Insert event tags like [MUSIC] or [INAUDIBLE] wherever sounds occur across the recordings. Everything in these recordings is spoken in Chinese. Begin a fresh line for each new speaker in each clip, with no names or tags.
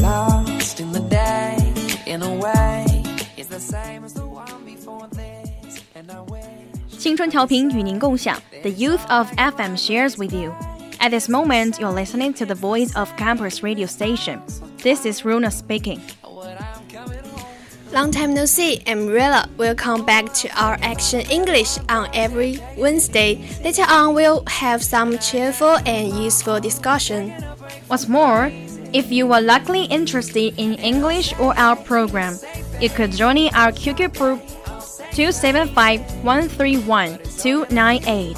lost in the day in a way it's the same as the one before this and i wish
青春调频与您共享，The Youth of FM shares with you. At this moment, you're listening to the voice of campus radio station. This is Runa speaking.
Long time no see, I'm Rilla. Welcome back to our Action English on every Wednesday. Later on, we'll have some cheerful and useful discussion.
What's more, if you are luckily interested in English or our program, you could join in our QQ group 275 131 298.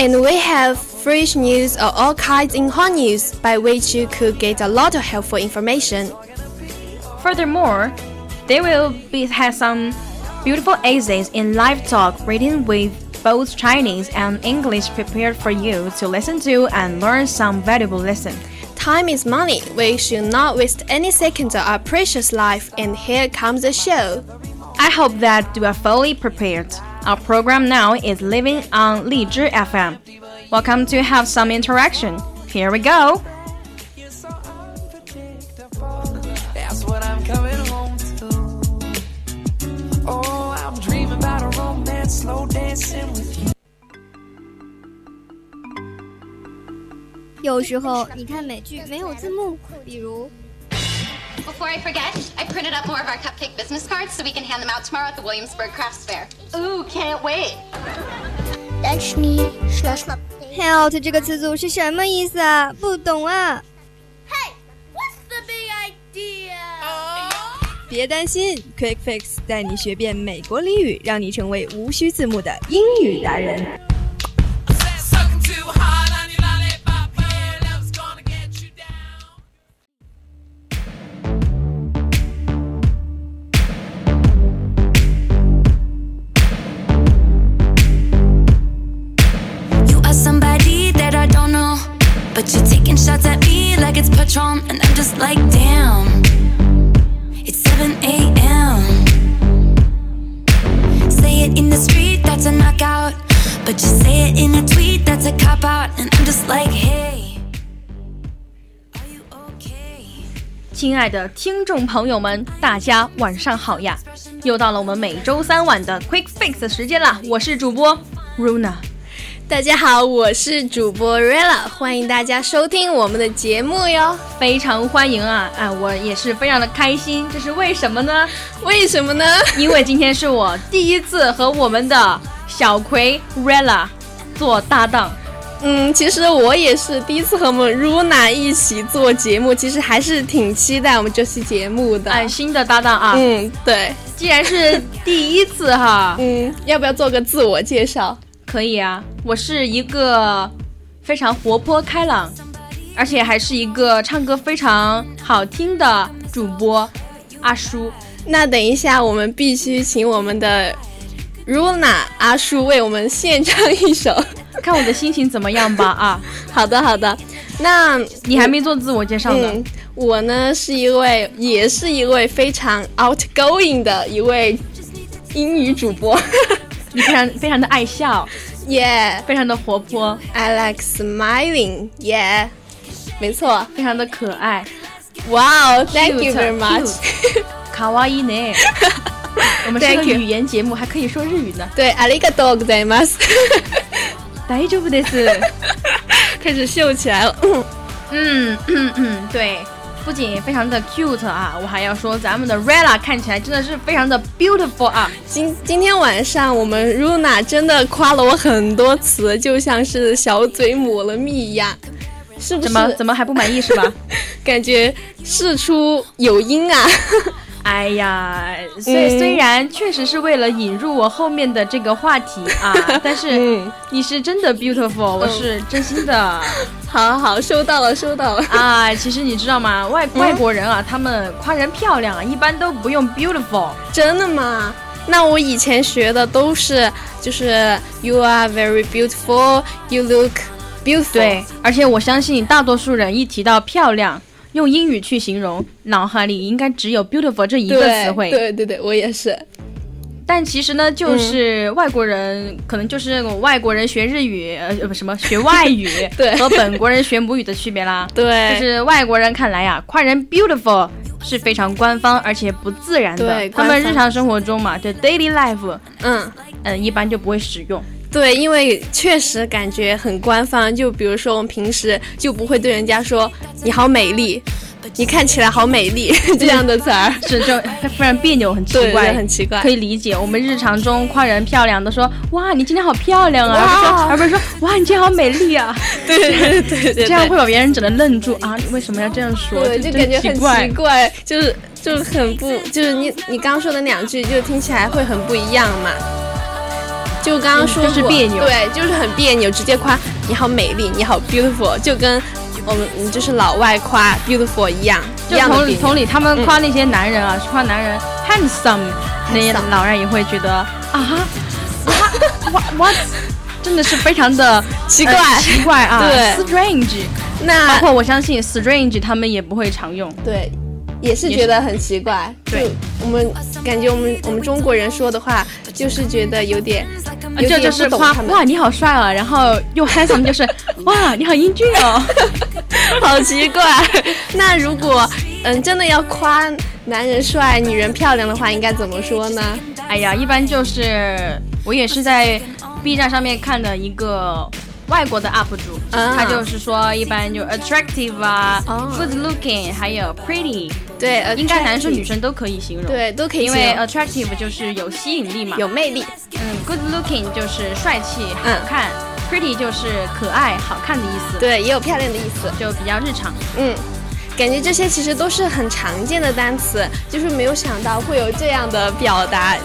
And we have fresh news of all kinds in hot news, by which you could get a lot of helpful information.
Furthermore, they will be has some beautiful essays in live talk written with both Chinese and English prepared for you to listen to and learn some valuable lesson.
Time is money. We should not waste any seconds of our precious life. And here comes the show.
I hope that you are fully prepared. Our program now is living on Liji FM. Welcome to have some interaction. Here we go.
you're so unpredictable that's what i'm coming home to oh i'm dreaming about a romance slow dancing with you
有时候你看美剧没有字幕，比如
Before I forget, I printed up more of our cupcake business cards so we can hand them out tomorrow at the Williamsburg Crafts Fair. Ooh, can't wait.
“help” 这个词组是什么意思啊？不懂啊。
别担心，Quick Fix 带你学遍美国俚语，让你成为无需字幕的英语达人。
Said sucking too hard on your lollipop well, love's gonna get you down
亲爱的听众朋友们，大家晚上好呀！又到了我们每周三晚的 Quick Fix 的时间啦，我是主播 Runa。
大家好，我是主播 Rella，欢迎大家收听我们的节目哟。
非常欢迎啊！哎，我也是非常的开心，这是为什么呢？
为什么呢？
因为今天是我第一次和我们的小葵 Rella 做搭档，
嗯，其实我也是第一次和我们 Runa 一起做节目，其实还是挺期待我们这期节目的。
哎，新的搭档啊！
嗯，对，
既然是第一次哈，
嗯，要不要做个自我介绍？
可以啊，我是一个非常活泼开朗，而且还是一个唱歌非常好听的主播阿叔。
那等一下，我们必须请我们的 Runa 阿叔为我们献唱一首。 [LAUGHS]
看我的心情怎么样吧啊！
好的，好的。那
你还没做自我介绍呢，
嗯，我呢是一位，也是一位非常 outgoing 的一位英语主播。 [LAUGHS]
你非常非常的爱笑，
yeah,
非常的活泼，
I like smiling. Yeah，没错。
非常的可爱。
Wow, thank you very much.
卡哇伊呢？ [LAUGHS] 我们是个
Thank you
语言节目，还可以说日语呢。
[LAUGHS] 对，ありがとうござい [LAUGHS] ます。
大丈夫です。
开始秀起来了。
[LAUGHS] 嗯嗯嗯，对，不仅非常的 cute 啊，我还要说咱们的 Rella 看起来真的是非常的 beautiful 啊。
今今天晚上我们 Runa 真的夸了我很多词，就像是小嘴抹了蜜一样，是不
怎么
是？
怎么还不满意是吧？
感觉事出有因啊？
[LAUGHS]
[LAUGHS]
哎呀，虽虽然确实是为了引入我后面的这个话题 [LAUGHS] 啊，但是你是真的 beautiful，我是真心的。 [LAUGHS]
好好，收到了，收到了。
啊，其实你知道吗？外外国人啊，他们夸人漂亮啊，一般都不用 beautiful。
真的吗？那我以前学的都是就是 you are very beautiful, you look beautiful。
对，，而且我相信大多数人一提到漂亮，用英语去形容，脑海里应该只有 beautiful 这一个
对
词汇。
对对对，我也是。，
但其实呢，就是外国人，可能就是那种外国人学日语，呃，不什么学外语
[LAUGHS] 对
和本国人学母语的区别啦。
[LAUGHS] 对
就是外国人看来呀、夸人 beautiful 是非常官方而且不自然的。
对
他
官
们
方
日常生活中嘛，就 daily life，
嗯，
嗯，一般就不会使用。
对，因为确实感觉很官方。就比如说我们平时就不会对人家说你好美丽，你看起来好美丽
[LAUGHS]
这样的词儿。
是就非常别扭，很奇
对
怪，
对很奇怪
可以理解。我们日常中夸人漂亮的说，哇，你今天好漂亮啊，而不是说，而不是说，哇，你今天好美丽啊，
对对对对对，
这样会把别人整的愣住啊，你为什么要这样说？
对，就感觉
真
很
奇怪
奇。怪，就是就是很不，就是你你刚说的两句，就听起来会很不一样嘛。就刚刚说
嗯就是
我
别扭
对，就是很别扭，直接夸你好美丽，你好 beautiful，就跟我们嗯就是老外夸 beautiful 一样，一
就
样嗯的
同
别
理
扭
同理，他们夸那些男人啊，夸男人 handsome，那些老人也会觉得啊，哇哇哇，真的是非常的
奇
呃
怪，
奇怪啊
对啊
，strange。包
那
括我相信 strange 他们也不会常用。
对，也是觉得很奇怪。
对，
我们感觉我们我们中国人说的话，就是觉得有点，
呃
有
这
点
就是
不懂
夸
他们
哇你好帅啊，然后用 handsome 就是
[LAUGHS]
哇你好英俊哦，
好奇怪。那如果嗯真的要夸男人帅、女人漂亮的话，应该怎么说呢？
哎呀，一般就是我也是
[LAUGHS]
在 B 站上面看的一个。外国的 UP 主，
啊
他就是说，一般就 attractive 啊、
哦
g o o d looking，还有 pretty，
对，呃
应该男生女生都可以形容。
对都可以
因
形
为
容
attractive 就是有吸引力嘛。
有魅力。
嗯，good looking 就是帅气、好
嗯
看、p r e t t y 就是可爱、好看的意思。，
对，也有漂亮的意思。
就比较日常。
嗯，感觉这些其实都是很常见的单词，就是没有想到会有这样的表达，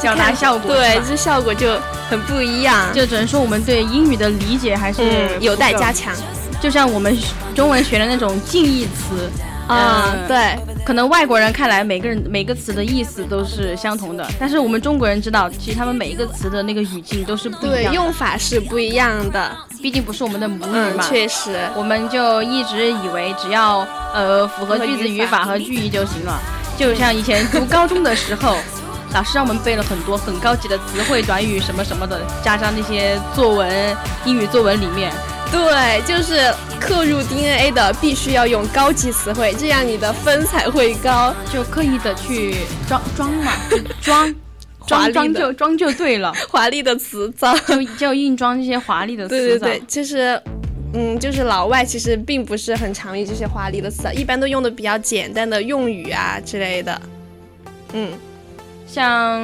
表达效果是
对
吧，
这效果就很不一样。
就只能说我们对英语的理解还是
嗯，有待加
强。
强
就像我们中文学的那种近义词
啊、
嗯
对，
可能外国人看来每个人每个词的意思都是相同的，但是我们中国人知道，其实他们每一个词的那个语境都是不一
对，
样的，
用法是不一样的。
毕竟不是我们的母语
嗯，
嘛。
确实。
我们就一直以为只要呃符合句子
语
语
法
法和句意就行了，就像以前读高中的时候。老师让我们背了很多很高级的词汇、短语什么什么的，加上那些作文、英语作文里面，
对，就是刻入 DNA 的，必须要用高级词汇，这样你的分才会高。
就刻意的去装装
[LAUGHS]
嘛，就装
华
装
丽
装
的
就装就对
[LAUGHS]
了，
华丽的词
[LAUGHS]
藻，
就就硬装这些华丽的
对对
词藻。
对，就是，嗯，就是老外其实并不是很常用这些华丽的词藻，一般都用的比较简单的用语啊之类的。嗯，
像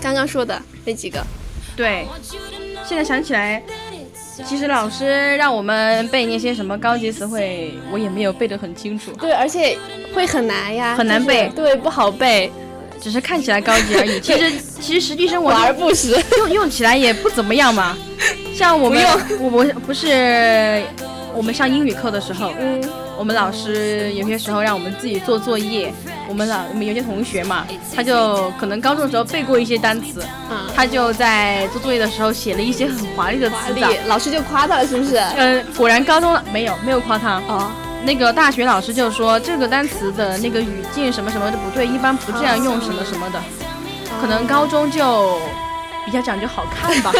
刚刚说的那几个，
对，现在想起来，其实老师让我们背那些什么高级词汇，我也没有背得很清楚，
对，而且会很难呀，
很难
就是
背
对，不好背，
只是看起来高级而
[LAUGHS]
已。其实其实实际生活
华而
中
不实。
用用起来也不怎么样嘛。像我们我我不是我们上英语课的时候，
嗯，
我们老师有些时候让我们自己做作业，我们老我们有些同学嘛，他就可能高中的时候背过一些单词，
嗯
他就在做作业的时候写了一些很华丽的
华
词
丽
藻。，
老师就夸他了，是不是？
呃，果然高中没有没有夸他，
哦，
那个大学老师就说这个单词的那个语境什么什么的不对，一般不这样用什么什么的，可能高中就比较讲究好看
[LAUGHS]
吧，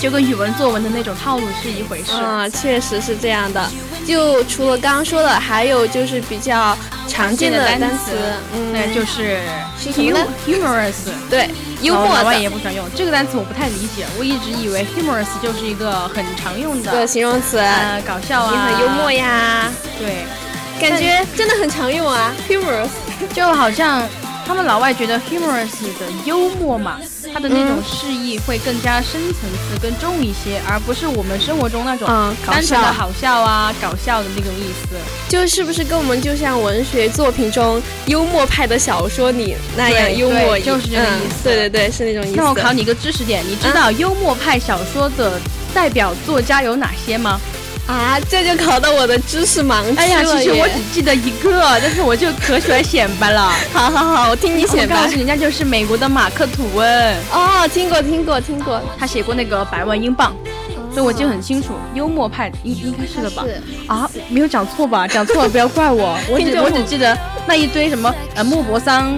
就跟语文作文的那种套路是一回事。
嗯，确实是这样的。就除了刚刚说的，还有就是比较常见的单词，嗯，
那就是
是什么呢
humorous，
对幽默
老外也
的，
不喜欢用这个单词，我不太理解。我一直以为 humorous 就是一个很常用
对
的，
形容词，
呃，搞笑
你
啊，
很幽默，呀，
对，
嗯感觉真的很常用啊，humorous。
就好像他们老外觉得 humorous 的幽默嘛，它的那种释义会更加深层次、更重一些，而不是我们生活中那种
嗯搞
单纯
笑
的好笑啊、搞笑的那种意思。
就是不是跟我们就像文学作品中幽默派的小说里那样
对
幽默
对
一，
就是这个意思
嗯对对对，是那种意思。
那我考你一个知识点，你知道幽默派小说的代表作家有哪些吗？
啊，这就考到我的知识盲区
哎呀，
了
其实我
耶
只记得一个，但是我就可喜欢显摆了。
好好好，我听你
[LAUGHS] 我
写吧
告 [LAUGHS] 诉。你，那就是美国的马克吐温，
哦，听过听过听过，哦
他写过那个《百万英镑》，所以我记得很清楚。幽默派应应该是的吧？啊，没有讲错吧？讲错了不要怪
[LAUGHS]
我，我
听
只
众
我只记得那一堆什么呃莫泊桑。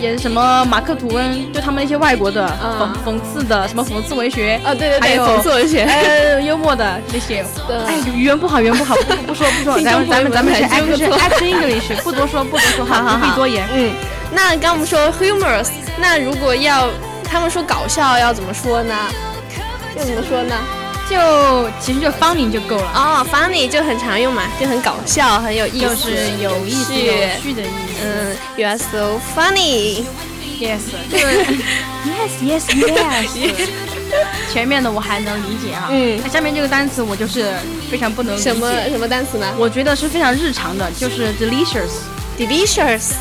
也什么马克吐温，就他们那些外国的
嗯
讽讽刺的，什么讽刺文学，
[LAUGHS] 哦对对
还
对，
有
讽刺文学。
呃，幽默的那些。哎，语言不好，语言不好，不不说不说，
听
咱
众
们咱们咱们
朋
是
友
action
们纠错
action English，不多说不多说，
好好
不必
好
多言。
嗯，那刚我们说 humorous，那如果要他们说搞笑要怎么说呢？要怎么说呢？
就其实就方龄就够了，
哦，funny 就很常用嘛，就很搞笑，很有意思，
就是有意思、有
趣。
趣的意思。
嗯，You are so funny。
Yes，就是 [LAUGHS] Yes Yes
[LAUGHS]
Yes。前面的我还能理解啊，
嗯
那下面这个单词我就是非常不能理解
什么什么单词呢
我觉得是非常日常的，就是 delicious，
？Delicious。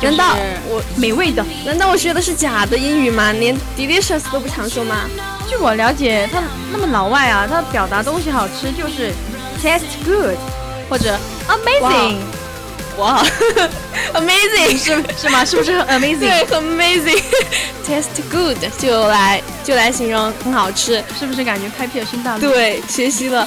就是
难道我
美味的。
难道我学的是假的英语吗？连 delicious 都不常说吗？
据我了解，他那么老外啊，他表达东西好吃就是 taste good，或者 amazing，
哇 [LAUGHS] ，amazing 是
是吗？是不是很 amazing？
对很，amazing。Taste good 就来就来形容很好吃。
是不是感觉开辟了新大陆？，
[LAUGHS] 对，学习了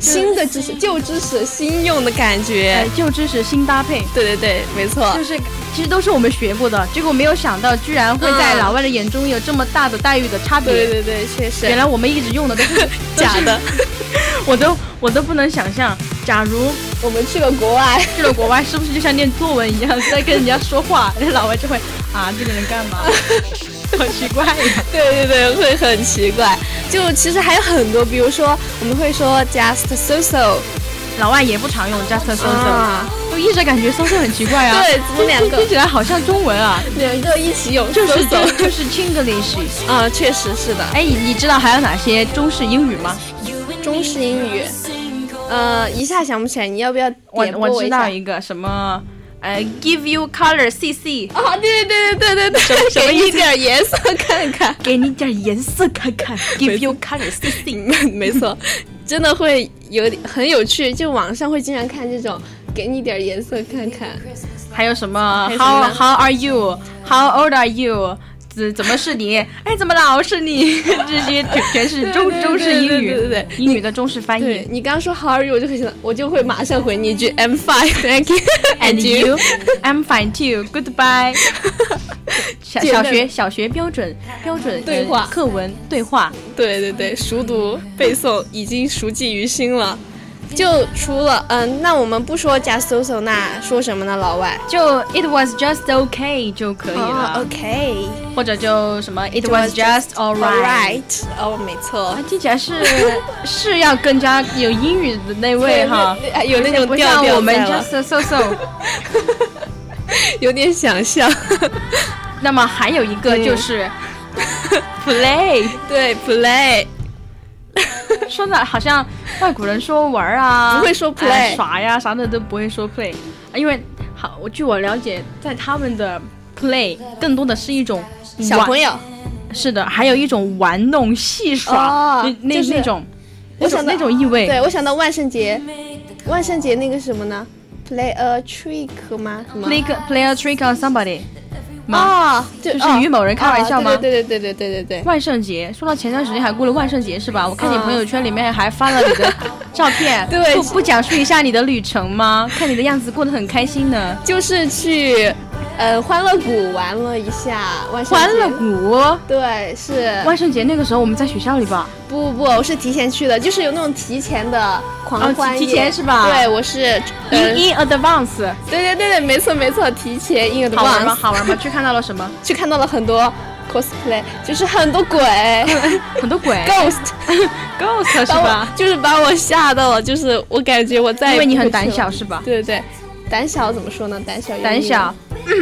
新的知识，旧知识新用的感觉
哎。，旧知识新搭配，
对对对，没错。
就是其实都是我们学过的，结果没有想到居然会在
嗯
老外的眼中有这么大的待遇的差别。
对对对，确实。
原来我们一直用的都
[LAUGHS]
是
假，的
都，是 [LAUGHS] 我都我都不能想
[LAUGHS]
象，假如
我们去了国外。
去了国外，是不是就像念作文一样在跟人家说话？那老外就会啊，这个人干
[LAUGHS]
嘛？好奇怪呀、
[LAUGHS] 对对对，会很奇怪。就其实还有很多，比如说我们会说 just so so，
老外也不常
[LAUGHS]
用 just so so，、
啊
就一直感觉 so so 很奇怪啊。
对怎么两个
听起来好像中文
[LAUGHS]
啊？
两个一起用
就
so
是就
so。
就是 Chinglish。
[LAUGHS] 啊，确实是的。
哎，你你知道还有哪些中式英语吗？
中式英语，呃，一下想不起来，你要不要
我
点
我
播
知
一下
道一个什么，呃，give you color CC，
啊，对对对对对对
什么
对，
意
给
思
一点颜色看看。
给你点颜色看看，give [LAUGHS] you color CC。
[LAUGHS] 没错，真的会有点很有趣，就网上会经常看这种，给你点颜色看看。
还有什么
还有什么
how
呢
how are you how old are you 怎怎么是
[LAUGHS]
你？哎，怎么老是你？ [LAUGHS] 这些全全是中
对对对
中式英语，
对对对对
英语的中式翻
对
译。
你刚说 How are you，我就会想，我就会马上回你一 [LAUGHS] 句 I'm fine, thank you,
And you, [LAUGHS]
[LAUGHS]
I'm fine too. Goodbye. 小
简
小
单
学小学标准标准
对
呃
话
课文对话，
对对对，熟读背诵已经熟记于心了。就除了嗯、那我们不说 just so so，那说什么呢？老外。
就 It was just okay 就可以
哦
了，
，OK、
或者就什么 It was just
All
alright。
right，哦，没错
啊，，听起来是 [LAUGHS] 是要更加有英语的那味
对
哈，，
那有那种
不
调
像
调
我们
在了
just so so。
有点想 [LAUGHS] 象。
那么还有一个
嗯
就是 play，
对，play，
说的好像外国人说玩儿啊，
不会说
哎
play
耍呀啥的都不会说 play，啊因为好，我据我了解，在他们的 play 更多的是一种
小
玩
朋友，
是的，还有一种玩弄戏耍，
哦
那那
就是
那种，
我
那种
想到
那种意味，
对我想到万圣节，万圣节那个什么呢？Play a trick 吗？什么？
，play a- play a trick on somebody，吗？
哦，就
就是与某人开玩笑吗
哦对对对对对对对对。
万圣节，说到前段时间还过了万圣节是吧？我看你朋友圈里面还发了你的照片，
对
不不讲述一下你的旅程吗？看你的样子过得很开心呢。
就是去，呃，欢乐谷玩了一下万圣节
欢乐，谷，
对，是
万圣节那个时候我们在学校里吧，
不不不，我是提前去的，就是有那种提前的
哦
狂欢夜、
提提前是吧
对，我是，
in
呃，
in advance，
对对对对，没错没错，提前 in
好玩吗？
advance
好玩吗？去看到了什么？
去看到了很多 cosplay，就是很多
[LAUGHS]
鬼
很多鬼 [LAUGHS]
ghost，
ghost 是
把我
吧？
就是把我吓到了，就是我感觉我再也
因为你
不会
很
去
胆
了
小是吧？
对对对，胆小怎么说呢？胆小
胆小， [LAUGHS]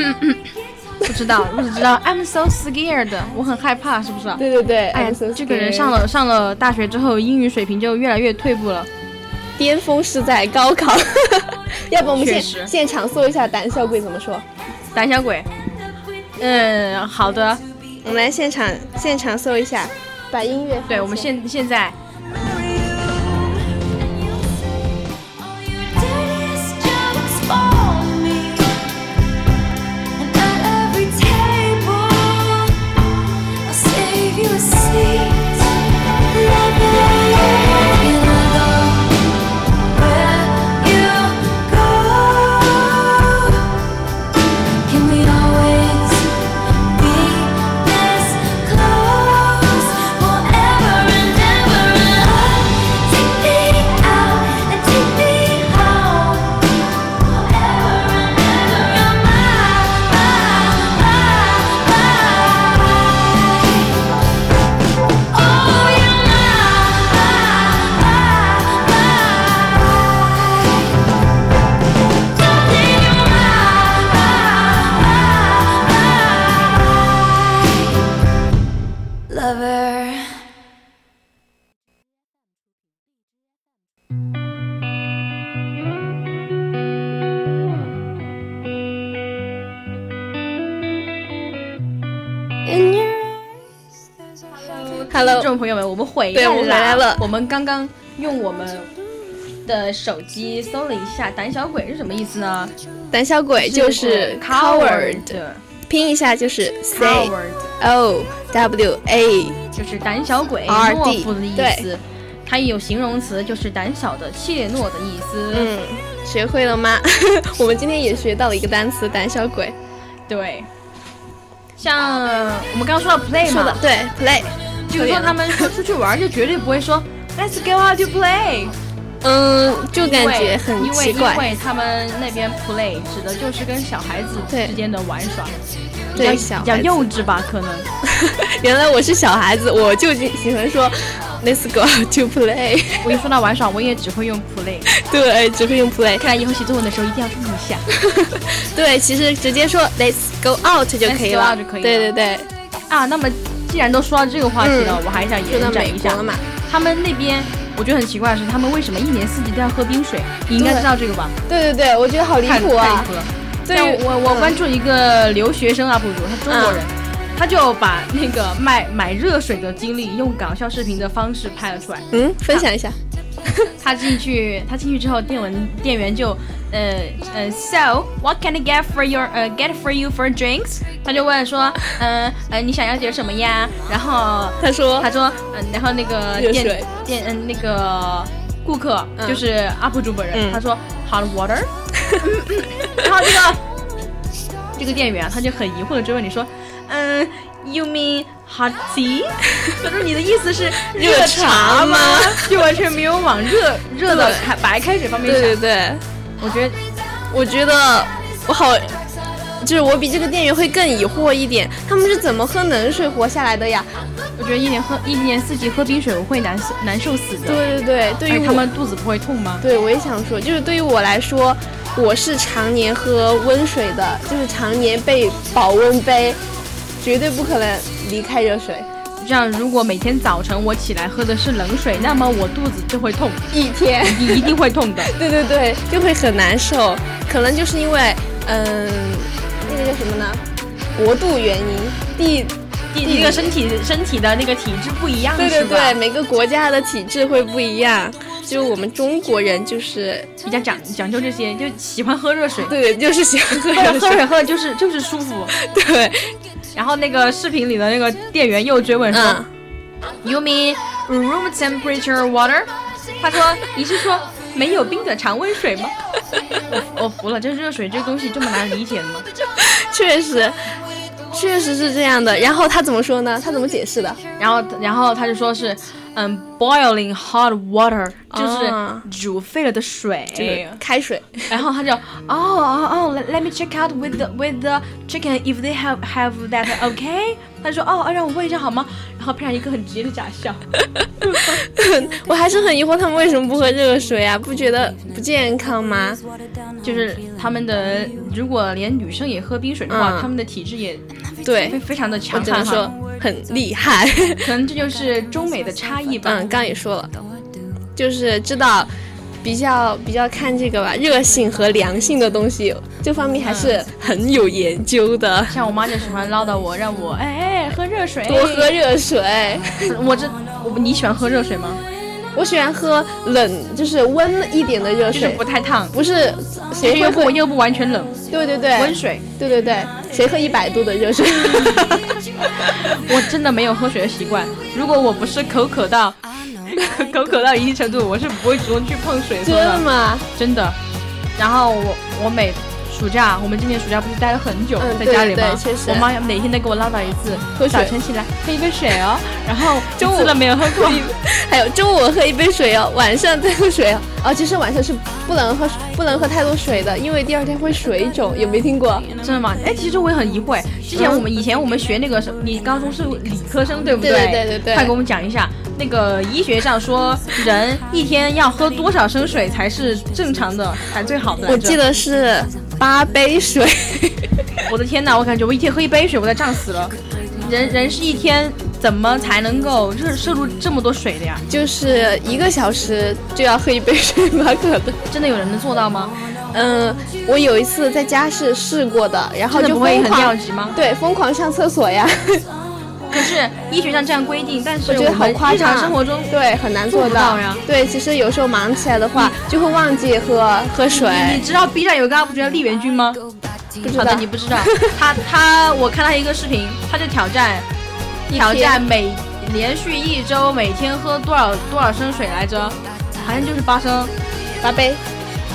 不知道，我只知道 I'm so scared，我很害怕，是不是？
对对对，
哎
I'm so，
这个人
scared
上了上了大学之后，英语水平就越来越退步了。
巅峰是在高考， [LAUGHS] 要不我们
确
现
实
现场搜一下胆小鬼怎么说？
胆小鬼，嗯，好的，
我们来现场现场搜一下，把音乐
对，我们现现在听
Hello，
众朋友们，我们回
对
来
我们回来了
我们刚刚用我们的手机搜了一下“胆小鬼”是什么意思呢？
胆小鬼就是 coward，
coward，
拼一下就是 c
coward
o w a，
就是胆小鬼、
RD
懦夫的意
对
思。它也有形容词，就是胆小的、怯懦的意思。
嗯，学会了吗？ [LAUGHS] 我们今天也学到了一个单词胆小鬼，
对，像我们刚刚说到 play
嗯说的
嘛，
对 play，
就是说他们说出去玩就绝对不会说 Let's go out to play，
嗯，就感
因为
觉很
因为
奇
因
怪，
为他们那边 play 指的就是跟小孩子
对
之间的玩耍，比较
对
比
小
较
孩子
幼稚吧，可能。
[LAUGHS] 原来我是小孩子，我就喜欢说 let's go [LAUGHS] out to play， [LAUGHS]
我一说到玩耍，我也只会用 play。
对，只会用 play，
看来以后写作文的时候一定要注意一下。
对，其实直接说 let's go out 就可以
Let's go
了，
out 就可以了
对对对，
啊，那么既然都说到这个话题了，我还想
嗯说到
延展
美
一
国
下
了。嘛，
他们那边我觉得很奇怪的是，他们为什么一年四季都要喝冰水？你应该
对
知道这个吧？
对对对，我觉得好离
太
谱
太
啊
离！谱了！
对
像我我
嗯
关注一个留学生啊博主，他中国人，他就把那个卖买热水的经历用搞笑视频的方式拍了出来。
嗯，分享一下，
他进去，他进去之后，店文店员就，呃呃，So what can I get for your 呃 get for you for drinks？他就问说，嗯呃，你想要点什么呀？然后
他说
他说，嗯、然后那个
热
店
水
店嗯、那个顾客、
嗯
就是 UP 主本人，
嗯
他说 hot
[LAUGHS]
water，然后这个这个店员他就很疑惑的追问你说，嗯，you mean hot
[LAUGHS]
tea？他说你的意思是热茶吗？就完全没有往热
[LAUGHS]
热的开白开水方面
对
想。
对对。
我觉得
我觉得我好，就是我比这个店员会更疑惑一点，他们是怎么喝冷水活下来的呀？
我觉得一年喝一年四季喝冰水我会难死难受死的。
对对对，对
哎，
于
他
我，
们肚子不会痛吗？
对我也想说，就是对于我来说，我是常年喝温水的，就是常年被保温杯，绝对不可能离开热水，
这样，如果每天早晨我起来喝的是冷水，那么我肚子就会 [LAUGHS] 痛，
一天。
你一定会痛的。
对对对，就会很难受，可能就是因为，嗯，那个叫什么呢？国度原因，地
第 [LAUGHS] 一个身体身体的那个体质不一样，
对对
是吧
对，每个国家的体质会不一样，就我们中国人就是
比较讲讲究这些，就喜欢喝热水，
对，就是喜欢喝热
[LAUGHS] 喝着喝
水。
着喝着就是就是舒服。
[LAUGHS] 对，
然后那个视频里的那个店员又追问说、
嗯，
y o u mean room temperature water？” 他说：“你是说没有冰的常温水吗？” [LAUGHS] 我我服了，这热水这东西这么难理解的吗？
确实，确实是这样的。然后他怎么说呢？他怎么解释的？
然后然后他就说是，嗯，boiling hot water，
啊
就是煮沸了的水。
开水，
然后他就哦哦哦，let let me check out with the with the chicken if they have have that okay？他说哦，啊让我问一下好吗？然后配上一个很直接的假笑。
我还是很疑惑他们为什么不喝热水啊？不觉得不健康吗？嗯
就是他们的，如果连女生也喝冰水的话，
嗯
他们的体质也
对
非，非常的
我
强
只
悍
能说
哈。
很
[LAUGHS]
厉害。
可能这就是中美的差异吧。
嗯，刚刚也说了，就是知道比较比较看这个吧，热性和凉性的东西，这方面还是很有研究的。
像我妈就喜欢唠叨我，让我哎哎喝热水，
多喝热水，
我这我你喜欢喝热水吗？
[LAUGHS] 我喜欢喝冷，就是温一点的热
就是
水，
不太烫，
不是
但
谁
是又
又
不
会
又不完全冷，
对对对
温水。
对对对，谁喝一百度的热 [LAUGHS] 水？
[LAUGHS] 我真的没有喝水的习惯，如果我不是口渴到 [LAUGHS] 口渴到一定程度，我是不会主动去碰水喝
真的
的，
吗？
真的。然后我我每暑假，我们今年暑假不是待了很久、
嗯
在家里吗？
对对确实
我妈每天都给我唠叨一次，
喝水
早晨起来喝一杯水哦，然后
中午
吃了没有喝过，
还有中午喝一杯水哦，晚上再喝水哦。哦，其实晚上是不能喝不能喝太多水的，因为第二天会水肿，有没听过？
真的吗？哎，其实我也很疑惑，之前我们以前我们学那个什么，你高中是理科生对不
对
对
对对对对
快给我们讲一下，那个医学上说人一天要喝多少升水才是正常的，才最好的来着？
我记得是八杯水， [LAUGHS]
我的天呐，我感觉我一天喝一杯水，我都胀死了。人人是一天怎么才能够摄摄入这么多水的呀？
就是一个小时就要喝一杯水吧，可能。
真的有人能做到吗？
嗯，我有一次在家是试过的，然后
真的
就
不会
疯
很尿
狂
急吗？
对疯狂上厕所呀，
可是医学上这样规定，但是
我觉得好
们
夸
日
张
常
啊。
生活中
对很难
做
做
不到呀
对，其实有时候忙起来的话，就会忘记喝喝水。
你知道 B 站有个 UP 主叫丽媛君吗？
不知
好的，
道
你不知
[LAUGHS]
道。他他，我看他一个视频，他就挑战
一
挑
天
战每连续一周每天喝多少多少升水来着？好像就是八升，
八杯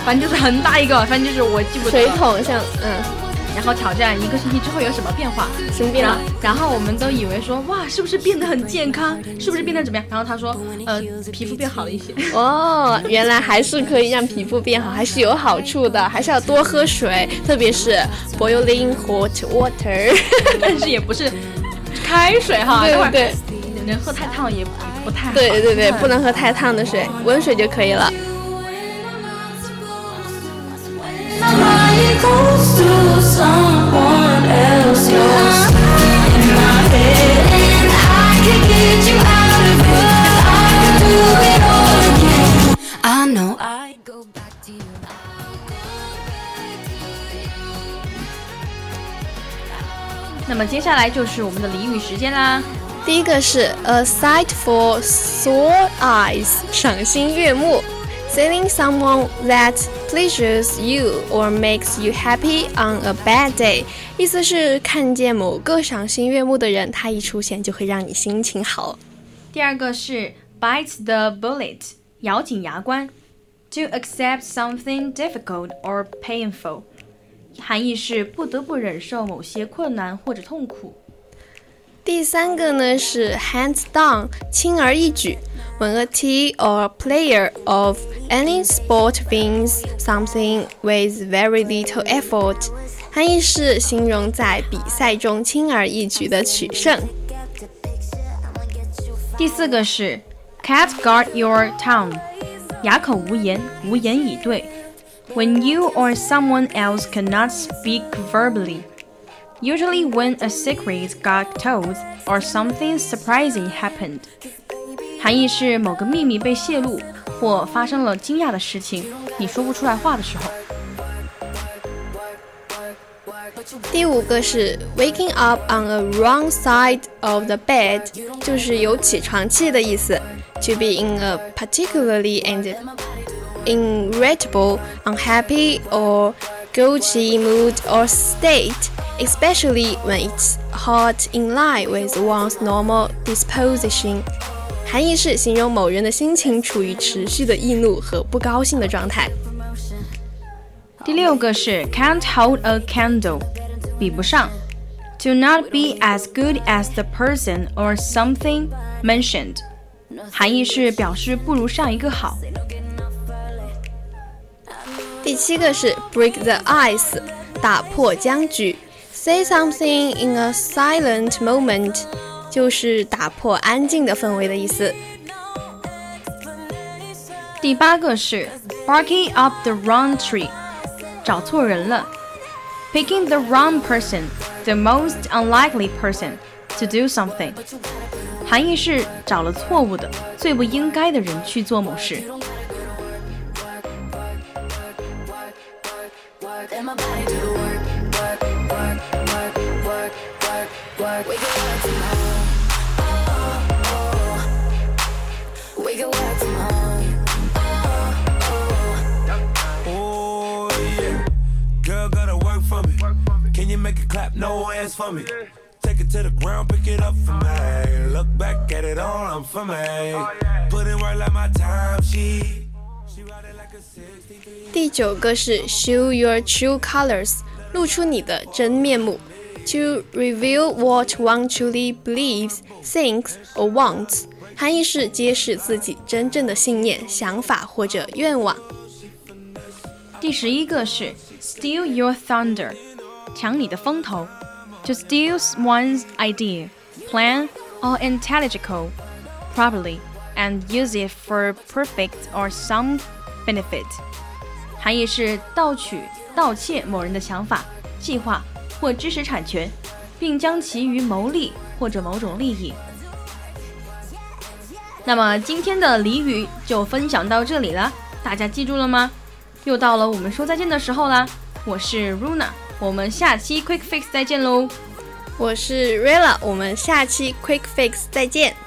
反正就是很大一个，反正就是我记不得
水
了。
桶像嗯
然后挑战一个星期之后有什么变化？
什么变
然
了
后？然后我们都以为说哇，是不是变得很健康？是不是变得怎么样？然后他说，呃，皮肤变好了一些。
哦，原来还是可以让皮肤变好，还是有好处的，还是要多喝水，特别是 boiling hot water。 [LAUGHS]
但是也不是开水哈，
对
待会
对
儿
对
人喝太烫也不太好。嗯
对对对，不能喝太烫的水，温水就可以了。
那么接下来就是我们的俚语时间啦。
第一个是 a sight for sore eyes，赏心悦目。Seeing someone that pleases you or makes you happy on a bad day，意思是看见某个赏心悦目的人，他一出现就会让你心情好。
第二个是 bite the bullet，咬紧牙关。To accept something difficult or painful，含义是不得不忍受某些困难或者痛苦。
第三个呢是 hands down，轻而易举。When a team or player of any sport wins something with very little effort，含义是形容在比赛中轻而易举的取胜。
第四个是 Cat guard your tongue，哑口无言，无言以对。When you or someone else cannot speak verbally, usually when a secret got told or something surprising happened，含义是某个秘密被泄露或发生了惊讶的事情，你说不出来话的时候。
第五个是 waking up on a wrong side of the bed，就是有起床气的意思。To be in a particularly and irritable, unhappy or grouchy mood or state, especially when it's hot in line with one's normal disposition。含义是形容某人的心情处于持续的易怒和不高兴的状态。
第六个是 can't hold a candle，比不上。To not be as good as the person or something mentioned，含义是表示不如上一个好。
第七个是 break the ice，打破僵局。Say something in a silent moment，就是打破安静的氛围的意思。
第八个是 barking up the wrong tree，找错人了。Picking the wrong person, the most unlikely person to do something，含义是找了错误的、最不应该的人去做某事。
Oh yeah, girl gotta work for me. Can you make it clap? No hands for me. Take it to the ground, pick it up for me. Look back at it all, I'm for me. Put in work like my time sheet. She ride it like a 63.
第九个是 show your true colors，露出你的真面目。To reveal what one truly believes, thinks or wants，含义是揭示自己真正的信念、想法或者愿望。
第十一个是 steal your thunder，抢你的风头。To steal one's idea, plan, or intellectual properly and use it for profit or some benefit，含义是盗取、盗窃某人的想法、计划或知识产权，并将其于牟利或者某种利益。那么今天的俚语就分享到这里了，大家记住了吗？又到了我们说再见的时候啦！我是 Runa，我们下期 Quick Fix 再见喽！
我是 Rella，我们下期 Quick Fix 再见。